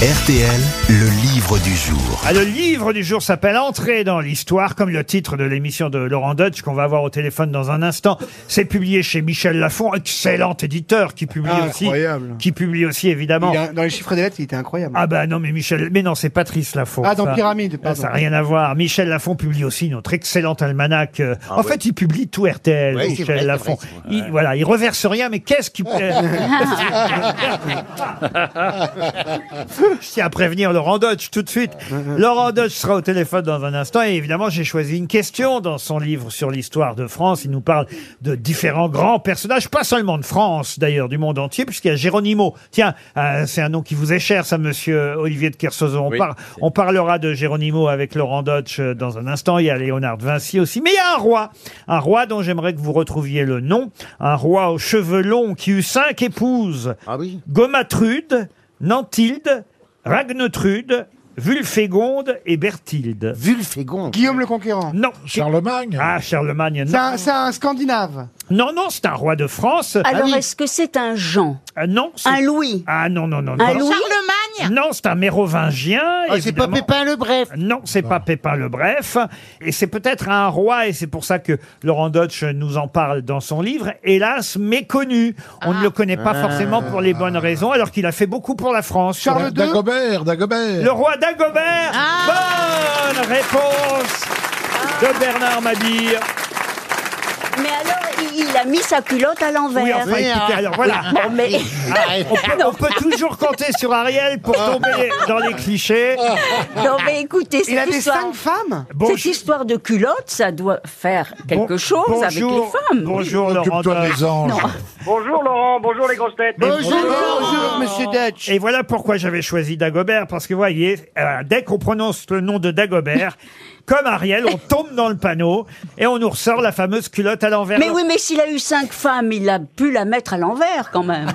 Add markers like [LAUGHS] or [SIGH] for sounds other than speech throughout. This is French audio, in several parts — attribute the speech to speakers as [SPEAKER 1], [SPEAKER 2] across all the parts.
[SPEAKER 1] RTL, le livre du jour.
[SPEAKER 2] Ah, le livre du jour s'appelle Entrer dans l'histoire, comme le titre de l'émission de Laurent Deutsch qu'on va avoir au téléphone dans un instant. C'est publié chez Michel Lafon, excellent éditeur qui publie
[SPEAKER 3] Ah,
[SPEAKER 2] aussi,
[SPEAKER 3] incroyable.
[SPEAKER 2] qui publie aussi évidemment.
[SPEAKER 3] Il a- dans les chiffres des lettres, il était incroyable.
[SPEAKER 2] Ah bah non mais Michel, mais non c'est Patrice Lafon.
[SPEAKER 3] Ah, dans
[SPEAKER 2] ça.
[SPEAKER 3] Pyramide, pardon.
[SPEAKER 2] Ça n'a rien à voir. Michel Lafon publie aussi notre excellent almanach. euh, en fait, il publie tout RTL.
[SPEAKER 4] Ah, Ouais, c'est
[SPEAKER 2] Michel
[SPEAKER 4] vrai, c'est
[SPEAKER 2] Lafon.
[SPEAKER 4] vrai, c'est
[SPEAKER 2] Il, voilà, il reverse rien, mais
[SPEAKER 4] [LAUGHS]
[SPEAKER 2] qu'est-ce qu'il. Je tiens à prévenir Laurent Dodge tout de suite. Laurent Dodge sera au téléphone dans un instant et évidemment j'ai choisi une question dans son livre sur l'histoire de France. Il nous parle de différents grands personnages, pas seulement de France d'ailleurs, du monde entier, puisqu'il y a Géronimo. Tiens, euh, c'est un nom qui vous est cher, ça, monsieur Olivier de Kersozo. On, par- on parlera de Géronimo avec Laurent Dodge euh, dans un instant. Il y a Léonard de Vinci aussi. Mais il y a un roi, un roi dont j'aimerais que vous retrouviez le nom, un roi aux cheveux longs qui eut cinq épouses.
[SPEAKER 4] Ah oui
[SPEAKER 2] Gomatrude, Nantilde, Ragnetrude, Vulfégonde et Berthilde.
[SPEAKER 4] Vulfégon.
[SPEAKER 3] Guillaume le Conquérant.
[SPEAKER 2] Non.
[SPEAKER 5] Charlemagne
[SPEAKER 2] Ah, Charlemagne,
[SPEAKER 3] C'est
[SPEAKER 2] non.
[SPEAKER 3] un, c'est un Scandinave.
[SPEAKER 2] Non, non, c'est un roi de France.
[SPEAKER 6] Alors,
[SPEAKER 4] oui.
[SPEAKER 6] est-ce que c'est un Jean
[SPEAKER 2] Ah, non, c'est-
[SPEAKER 6] Ah, Un Louis
[SPEAKER 2] Ah, non, non, non. non.
[SPEAKER 6] Un Louis
[SPEAKER 2] Non, c'est un mérovingien.
[SPEAKER 4] Ah, c'est pas
[SPEAKER 2] évidemment.
[SPEAKER 4] Pépin Ah. le Bref.
[SPEAKER 2] Non, c'est pas Pépin le Bref. Et c'est peut-être un roi, et c'est pour ça que Laurent Deutsch nous en parle dans son livre. Hélas, méconnu. On
[SPEAKER 4] Ah.
[SPEAKER 2] ne le connaît pas forcément pour les bonnes raisons, alors qu'il a fait beaucoup pour la France.
[SPEAKER 3] Charles II.
[SPEAKER 5] Dagobert, Dagobert.
[SPEAKER 2] Le roi d'Agobert.
[SPEAKER 6] Ah.
[SPEAKER 2] Bonne réponse de Bernard Mabille.
[SPEAKER 6] Mais alors, il, il a mis sa culotte à
[SPEAKER 2] Oui,
[SPEAKER 6] l'envers. Ah,
[SPEAKER 2] enfin, écoutez, alors voilà.
[SPEAKER 6] [LAUGHS] Bon,
[SPEAKER 2] [LAUGHS]
[SPEAKER 6] mais
[SPEAKER 2] On peut, on peut toujours compter sur Ariel pour
[SPEAKER 3] Ah.
[SPEAKER 2] tomber les- dans les clichés.
[SPEAKER 6] non, mais écoutez,
[SPEAKER 3] Il a
[SPEAKER 6] cette
[SPEAKER 3] des
[SPEAKER 6] histoire,
[SPEAKER 3] cinq femmes.
[SPEAKER 6] cette histoire de culotte, ça doit faire quelque
[SPEAKER 2] bon-
[SPEAKER 6] chose
[SPEAKER 2] bonjour,
[SPEAKER 6] avec les femmes.
[SPEAKER 2] Bonjour Laurent
[SPEAKER 5] Occupe-toi
[SPEAKER 2] Deutsch.
[SPEAKER 5] des anges.
[SPEAKER 7] Bonjour Laurent, bonjour les grosses têtes.
[SPEAKER 3] Bonjour, monsieur Dutch.
[SPEAKER 2] Et voilà pourquoi j'avais choisi Dagobert, parce que vous voyez, euh, dès qu'on prononce le nom de Dagobert, comme Ariel, on tombe dans le panneau et on nous ressort la fameuse culotte à l'envers.
[SPEAKER 6] Mais oui, mais s'il a eu cinq femmes, il a pu la mettre à l'envers quand
[SPEAKER 2] [LAUGHS]
[SPEAKER 6] même.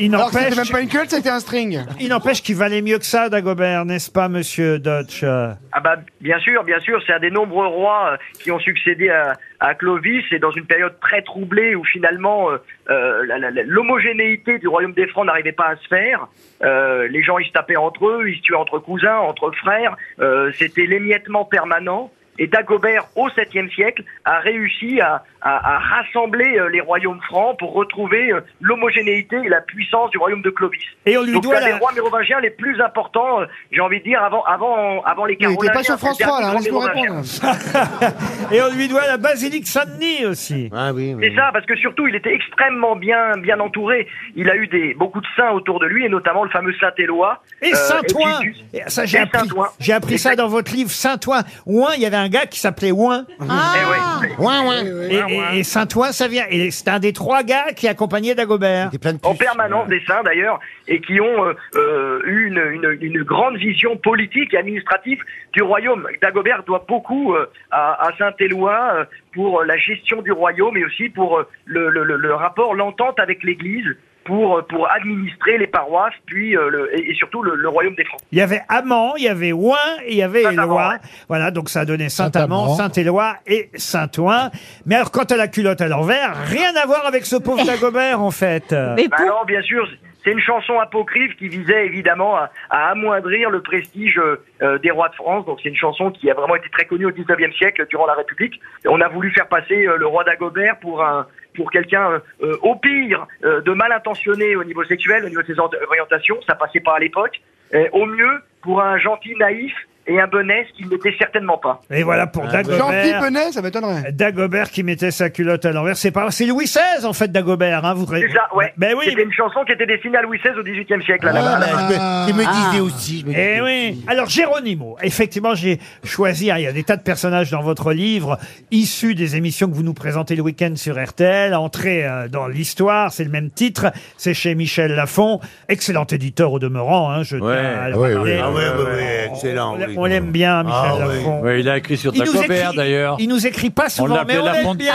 [SPEAKER 2] il
[SPEAKER 3] Alors que
[SPEAKER 2] n'empêche,
[SPEAKER 3] c'était même pas une culotte, c'était un string.
[SPEAKER 2] il n'empêche qu'il valait mieux que ça, Dagobert, n'est-ce pas, monsieur Deutsch euh
[SPEAKER 7] Ah bah bien sûr, bien sûr, c'est un des nombreux rois euh, qui ont succédé à, à Clovis et dans une période très troublée où finalement euh, euh, la- la- la- l'homogénéité du royaume des Francs n'arrivait pas à se faire. Euh, les gens ils se tapaient entre eux, ils se tuaient entre cousins, entre frères. Euh, C'était l'émiettement permanent. Et Dagobert, au 7e siècle, a réussi à, à- à rassembler euh, les royaumes francs pour retrouver euh, l'homogénéité et la puissance du royaume de Clovis.
[SPEAKER 2] Et on lui
[SPEAKER 7] Donc,
[SPEAKER 2] doit
[SPEAKER 7] c'est un
[SPEAKER 2] la-
[SPEAKER 7] des rois mérovingiens les plus importants, euh, j'ai envie de dire, avant, avant, avant les
[SPEAKER 3] Il
[SPEAKER 7] Carolingiens.
[SPEAKER 3] était pas sur
[SPEAKER 7] c'est
[SPEAKER 3] France
[SPEAKER 7] le
[SPEAKER 3] 3,
[SPEAKER 7] dernier
[SPEAKER 3] là,
[SPEAKER 7] grand
[SPEAKER 3] laisse-moi
[SPEAKER 7] Mérovingien.
[SPEAKER 3] répondre.
[SPEAKER 2] [LAUGHS] Et on lui doit la basilique Saint-Denis aussi.
[SPEAKER 4] Ah oui, oui.
[SPEAKER 7] C'est ça, parce que surtout, il était extrêmement bien, bien entouré. Il a eu des, beaucoup de saints autour de lui, et notamment le fameux Saint-Éloi.
[SPEAKER 2] Et
[SPEAKER 7] Euh,
[SPEAKER 2] Saint-Ouen
[SPEAKER 7] et puis-
[SPEAKER 2] Et Ça, j'ai
[SPEAKER 7] et
[SPEAKER 2] appris,
[SPEAKER 7] Saint-Ouen.
[SPEAKER 2] j'ai appris ça dans votre livre, Saint-Ouen. Ouin, il y avait un gars qui s'appelait Ouin. Ah.
[SPEAKER 7] Eh ouais.
[SPEAKER 4] Ouin, ouin.
[SPEAKER 2] Et, et- et Saint-Ouen, ça vient. Et c'est un des trois gars qui accompagnait Dagobert.
[SPEAKER 4] Des plein de
[SPEAKER 7] En
[SPEAKER 4] puces.
[SPEAKER 7] permanence des saints d'ailleurs, et qui ont euh, euh, eu une, une- une grande vision politique et administrative du royaume. Dagobert doit beaucoup euh, à, à Saint-Éloi euh, pour la gestion du royaume et aussi pour euh, le, le- le- le rapport, l'entente avec l'Église pour, euh, pour administrer les paroisses, puis euh, le- et, et surtout le, le royaume des Francs.
[SPEAKER 2] Il y avait Amand, il y avait Ouin et il y avait
[SPEAKER 7] Saint-Amand,
[SPEAKER 2] Éloi.
[SPEAKER 7] ouais.
[SPEAKER 2] Voilà, donc ça a donné Saint-Amand,
[SPEAKER 5] Saint-Amand.
[SPEAKER 2] Saint-Éloi et Saint-Ouen. Mais alors, quant à la culotte à l'envers, rien à voir avec ce
[SPEAKER 7] [LAUGHS]
[SPEAKER 2] pauvre Dagobert, en fait. Euh,
[SPEAKER 6] Mais
[SPEAKER 7] Bah
[SPEAKER 6] pour-
[SPEAKER 7] alors, bien sûr, c'est une chanson apocryphe qui visait évidemment à, à amoindrir le prestige euh, euh, des rois de France. Donc c'est une chanson qui a vraiment été très connue au 19e siècle durant la République. On a voulu faire passer euh, le roi d'Agobert pour un pour quelqu'un euh, euh, au pire euh, de mal intentionné au niveau sexuel, au niveau de ses or- orientations, ça passait pas à l'époque. Euh, Au mieux pour un gentil naïf et un bonnet, ce qu'il n'était certainement pas.
[SPEAKER 2] Et voilà pour
[SPEAKER 3] Gentil
[SPEAKER 2] Dagobert.
[SPEAKER 3] Benet, ça m'étonnerait.
[SPEAKER 2] Dagobert qui mettait sa culotte à l'envers. C'est pas, c'est Louis XVI, en fait, Dagobert, hein, vous
[SPEAKER 7] C'est ça, ouais.
[SPEAKER 2] Ben oui.
[SPEAKER 7] C'était une chanson qui était destinée à Louis XVI au 18e siècle. à la
[SPEAKER 4] Ah,
[SPEAKER 7] base.
[SPEAKER 4] bah, je me, je me
[SPEAKER 6] Ah.
[SPEAKER 4] disais aussi. je me
[SPEAKER 2] Eh
[SPEAKER 4] disais
[SPEAKER 2] oui.
[SPEAKER 4] aussi.
[SPEAKER 2] Alors Géronimo, effectivement, j'ai choisi. hein, il y a des tas de personnages dans votre livre issus des émissions que vous nous présentez le week-end sur RTL. Entrée euh, dans l'histoire, c'est le même titre. C'est chez Michel Lafon, excellent éditeur au demeurant. Hein, je tiens à le
[SPEAKER 5] Ouais,
[SPEAKER 2] rappeler.
[SPEAKER 5] ouais,
[SPEAKER 8] Ah ouais, ouais,
[SPEAKER 2] On-
[SPEAKER 8] ouais, excellent.
[SPEAKER 2] on
[SPEAKER 8] oui.
[SPEAKER 2] on l'aime bien, Michel
[SPEAKER 8] Ah ouais.
[SPEAKER 2] Lafon.
[SPEAKER 8] Ouais, il a écrit sur
[SPEAKER 2] Il nous,
[SPEAKER 8] Dagobert d'ailleurs.
[SPEAKER 2] écrit, il nous écrit pas
[SPEAKER 8] On
[SPEAKER 2] souvent,
[SPEAKER 8] l'appelait
[SPEAKER 2] mais on l'aime
[SPEAKER 8] Lafon. [LAUGHS]
[SPEAKER 2] bien.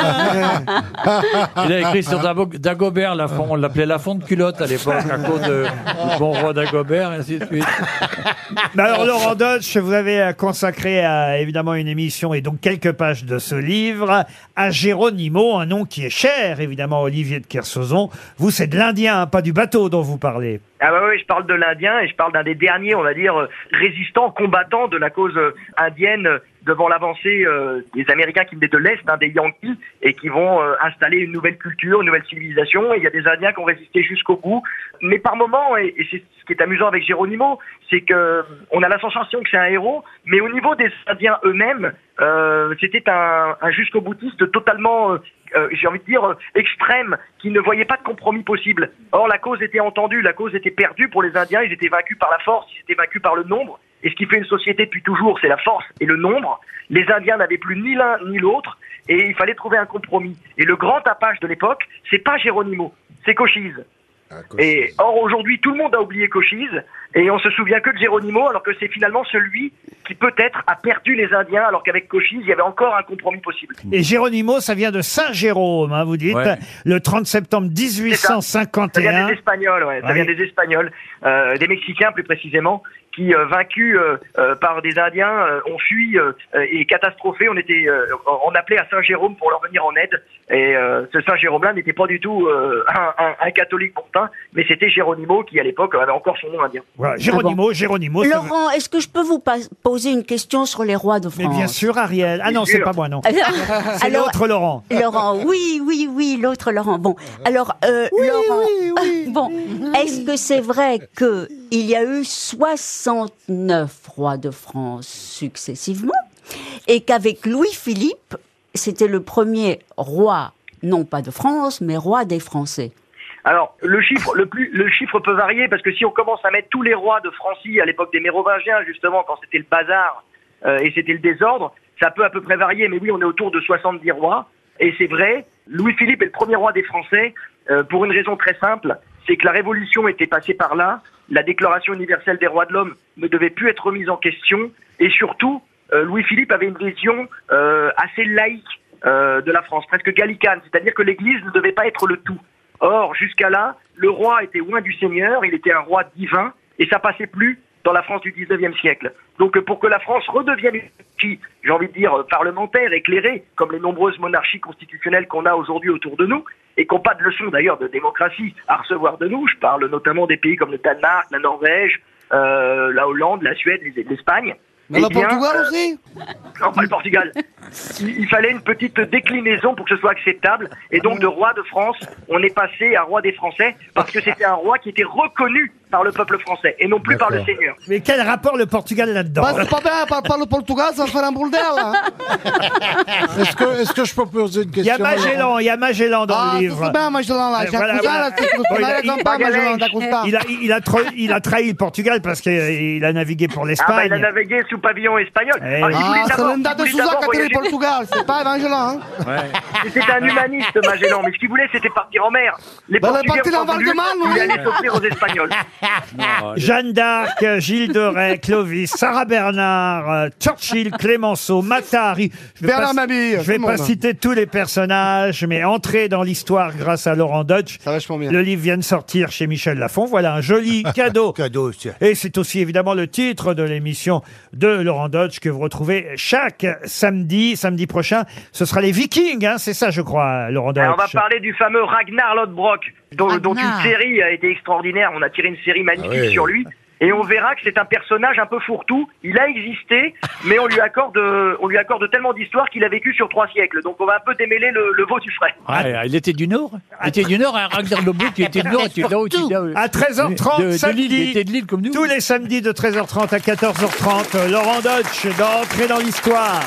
[SPEAKER 8] Il a écrit
[SPEAKER 2] Ah,
[SPEAKER 8] sur Dago- Dagobert Lafont. On l'appelait Lafont de culotte à l'époque à
[SPEAKER 2] [LAUGHS]
[SPEAKER 8] cause de- du bon roi Dagobert et ainsi de suite.
[SPEAKER 2] Mais alors Laurent Dodge, vous avez euh, consacré à, évidemment une émission et donc quelques pages de ce livre à Géronimo, un nom qui est cher évidemment à Olivier de Kersauzon. Vous c'est de l'Indien, hein, pas du bateau dont vous parlez.
[SPEAKER 7] Ah bah oui, je parle de l'Indien et je parle d'un des derniers, on va dire, euh, résistants, combattants de la cause euh, indienne euh, devant l'avancée euh, des Américains qui venaient de l'Est, hein, des Yankees, et qui vont euh, installer une nouvelle culture, une nouvelle civilisation. Et il y a des Indiens qui ont résisté jusqu'au bout. Mais par moments, et, et c'est ce qui est amusant avec Géronimo, c'est que on a la sensation que c'est un héros, mais au niveau des Indiens eux-mêmes, euh, c'était un, un jusqu'au boutiste totalement euh, euh, j'ai envie de dire, euh, extrême, qui ne voyait pas de compromis possible. Or, la cause était entendue, la cause était perdue pour les Indiens, ils étaient vaincus par la force, ils étaient vaincus par le nombre. Et ce qui fait une société depuis toujours, c'est la force et le nombre. Les Indiens n'avaient plus ni l'un ni l'autre, et il fallait trouver un compromis. Et le grand tapage de l'époque, c'est pas Géronimo, c'est Cochise. Et or aujourd'hui, tout le monde a oublié Cochise et on se souvient que de Géronimo, alors que c'est finalement celui qui peut-être a perdu les Indiens, alors qu'avec Cochise, il y avait encore un compromis possible.
[SPEAKER 2] Et Géronimo, ça vient de Saint-Jérôme, hein, vous dites,
[SPEAKER 8] Ouais.
[SPEAKER 2] le 30 septembre
[SPEAKER 7] Ça vient
[SPEAKER 2] 1851.
[SPEAKER 7] des Espagnols, ouais.
[SPEAKER 2] Ouais.
[SPEAKER 7] Ça vient des Espagnols, euh, des Mexicains plus précisément, qui euh, vaincus euh, euh, par des Indiens euh, ont fui euh, euh, et catastrophés. On était, euh, on appelait à Saint Jérôme pour leur venir en aide. Et euh, ce Saint Jérôme-là n'était pas du tout euh, un, un- un catholique pontin, mais c'était Géronimo qui à l'époque avait encore son nom indien.
[SPEAKER 2] Voilà, Géronimo, Géronimo. ça veut-
[SPEAKER 6] Laurent, est-ce que je peux vous pas- poser une question sur les rois de
[SPEAKER 2] Mais
[SPEAKER 6] France
[SPEAKER 2] bien sûr, Ariel. Ah non,
[SPEAKER 7] Bien
[SPEAKER 2] c'est
[SPEAKER 7] sûr.
[SPEAKER 2] pas moi, non.
[SPEAKER 6] Alors,
[SPEAKER 2] [LAUGHS] C'est
[SPEAKER 6] alors,
[SPEAKER 2] l'autre Laurent.
[SPEAKER 6] [LAUGHS] Laurent, oui, oui, oui, l'autre Laurent. Bon, alors, euh, Laurent, [LAUGHS] bon, est-ce que c'est vrai que il y a eu 69 rois de France successivement et qu'avec Louis-Philippe, c'était le premier roi, non pas de France, mais roi des Français
[SPEAKER 7] Alors, le chiffre, le plus, le chiffre peut varier parce que si on commence à mettre tous les rois de Francie à l'époque des Mérovingiens, justement, quand c'était le bazar euh, et c'était le désordre, ça peut à peu près varier. Mais oui, on est autour de 70 rois. Et c'est vrai, Louis-Philippe est le premier roi des Français euh, pour une raison très simple, c'est que la Révolution était passée par là, la Déclaration universelle des droits de l'homme ne devait plus être remise en question, et surtout, euh, Louis-Philippe avait une vision euh, assez laïque euh, de la France, presque gallicane, c'est-à-dire que l'Église ne devait pas être le tout. Or, jusqu'à là, le roi était loin du Seigneur, il était un roi divin, et ça passait plus dans la France du 19e siècle. Donc, euh, pour que la France redevienne une monarchie, j'ai envie de dire, euh, parlementaire, éclairée, comme les nombreuses monarchies constitutionnelles qu'on a aujourd'hui autour de nous, et qu'on pas de leçons d'ailleurs de démocratie à recevoir de nous, je parle notamment des pays comme le Danemark, la Norvège, euh, la Hollande, la Suède, les- l'Espagne.
[SPEAKER 3] Mais
[SPEAKER 7] Eh
[SPEAKER 3] le
[SPEAKER 7] bien,
[SPEAKER 3] Portugal
[SPEAKER 7] euh,
[SPEAKER 3] aussi
[SPEAKER 7] non, pas le Portugal. Il, il fallait une petite déclinaison pour que ce soit acceptable. Et donc, de roi de France, on est passé à roi des Français parce que c'était un roi qui était reconnu par le peuple français et non plus par le
[SPEAKER 5] D'accord.
[SPEAKER 7] seigneur.
[SPEAKER 2] Mais quel rapport le Portugal là-dedans
[SPEAKER 3] Passe Bah, pas bien par, par le Portugal, ça va faire un bordel. hein.
[SPEAKER 5] Est-ce que, est-ce que je peux poser une
[SPEAKER 2] Il y
[SPEAKER 5] question
[SPEAKER 2] a Magellan, il y a Magellan dans
[SPEAKER 3] Ah,
[SPEAKER 2] le
[SPEAKER 3] ça,
[SPEAKER 2] livre.
[SPEAKER 3] c'est bien, Magellan, là.
[SPEAKER 2] Euh,
[SPEAKER 3] J'ai
[SPEAKER 2] voilà,
[SPEAKER 3] accusé,
[SPEAKER 2] voilà.
[SPEAKER 3] là, c'est tout.
[SPEAKER 2] Bon, il
[SPEAKER 3] On
[SPEAKER 2] a-
[SPEAKER 3] raison
[SPEAKER 2] il-
[SPEAKER 3] pas, Magellan,
[SPEAKER 7] Magalhães.
[SPEAKER 3] t'accuses pas.
[SPEAKER 2] Il a, il, a tra- il a trahi le Portugal parce qu'il a navigué pour
[SPEAKER 7] Ah bah,
[SPEAKER 2] l'Espagne.
[SPEAKER 7] il a navigué sous pavillon espagnol.
[SPEAKER 2] Eh
[SPEAKER 7] Ah,
[SPEAKER 2] oui.
[SPEAKER 7] il voulait
[SPEAKER 3] Ah, c'est
[SPEAKER 7] d'abord-
[SPEAKER 3] l'un
[SPEAKER 7] il
[SPEAKER 3] de
[SPEAKER 7] voulait
[SPEAKER 3] Souza
[SPEAKER 7] d'abord
[SPEAKER 3] qui a tenu le
[SPEAKER 7] voyager-
[SPEAKER 3] Portugal, c'est pas Magellan. hein.
[SPEAKER 7] C'était un humaniste, Magellan, mais ce qu'il voulait, c'était partir en mer. Les
[SPEAKER 3] Bah,
[SPEAKER 7] Portugais
[SPEAKER 3] partez
[SPEAKER 7] ont
[SPEAKER 3] dans
[SPEAKER 7] voulu,
[SPEAKER 3] Val-de-Marne,
[SPEAKER 7] il
[SPEAKER 3] oui.
[SPEAKER 7] allait s'offrir aux Espagnols.
[SPEAKER 8] Ah,
[SPEAKER 2] Jeanne d'Arc, Gilles de Rais, Clovis, Sarah Bernard, euh, Churchill, Clémenceau, Matari. Je vais
[SPEAKER 3] Bernard
[SPEAKER 2] pas-
[SPEAKER 3] Mabille,
[SPEAKER 2] Je vais
[SPEAKER 3] tout le
[SPEAKER 2] pas
[SPEAKER 3] monde.
[SPEAKER 2] citer tous les personnages, mais entrer dans l'histoire grâce à Laurent Deutsch.
[SPEAKER 3] Ça va vachement bien.
[SPEAKER 2] Le livre vient de sortir chez Michel Lafon. Voilà un
[SPEAKER 3] [LAUGHS]
[SPEAKER 2] joli cadeau.
[SPEAKER 1] Cadeau, c'est-
[SPEAKER 2] Et c'est aussi évidemment le titre de l'émission de Laurent Dodge que vous retrouvez chaque samedi. Samedi prochain, ce sera les Vikings, hein, c'est ça je crois, Laurent Dodge.
[SPEAKER 7] Alors, on va parler du fameux Ragnar Lodbrok, dont, dont
[SPEAKER 6] Ragnar.
[SPEAKER 7] une série a été extraordinaire. On a tiré une série magnifique
[SPEAKER 1] Ah ouais.
[SPEAKER 7] sur lui. Et on verra que c'est un personnage un peu fourre-tout. Il a existé, mais on lui accorde, euh, on lui accorde tellement d'histoires qu'il a vécu sur trois siècles. Donc on va un peu démêler le, le veau du frais.
[SPEAKER 8] Ouais, ah, il était du Nord. Il était du Nord, un Ragnar Lodbrok, il était du Nord, il était là où il était là où-
[SPEAKER 2] À 13h30
[SPEAKER 8] de, de
[SPEAKER 2] samedi.
[SPEAKER 8] Lille, il était de Lille comme nous.
[SPEAKER 2] Tous les samedis de 13h30 à 14h30, Laurent Dodge d'entrer dans l'histoire.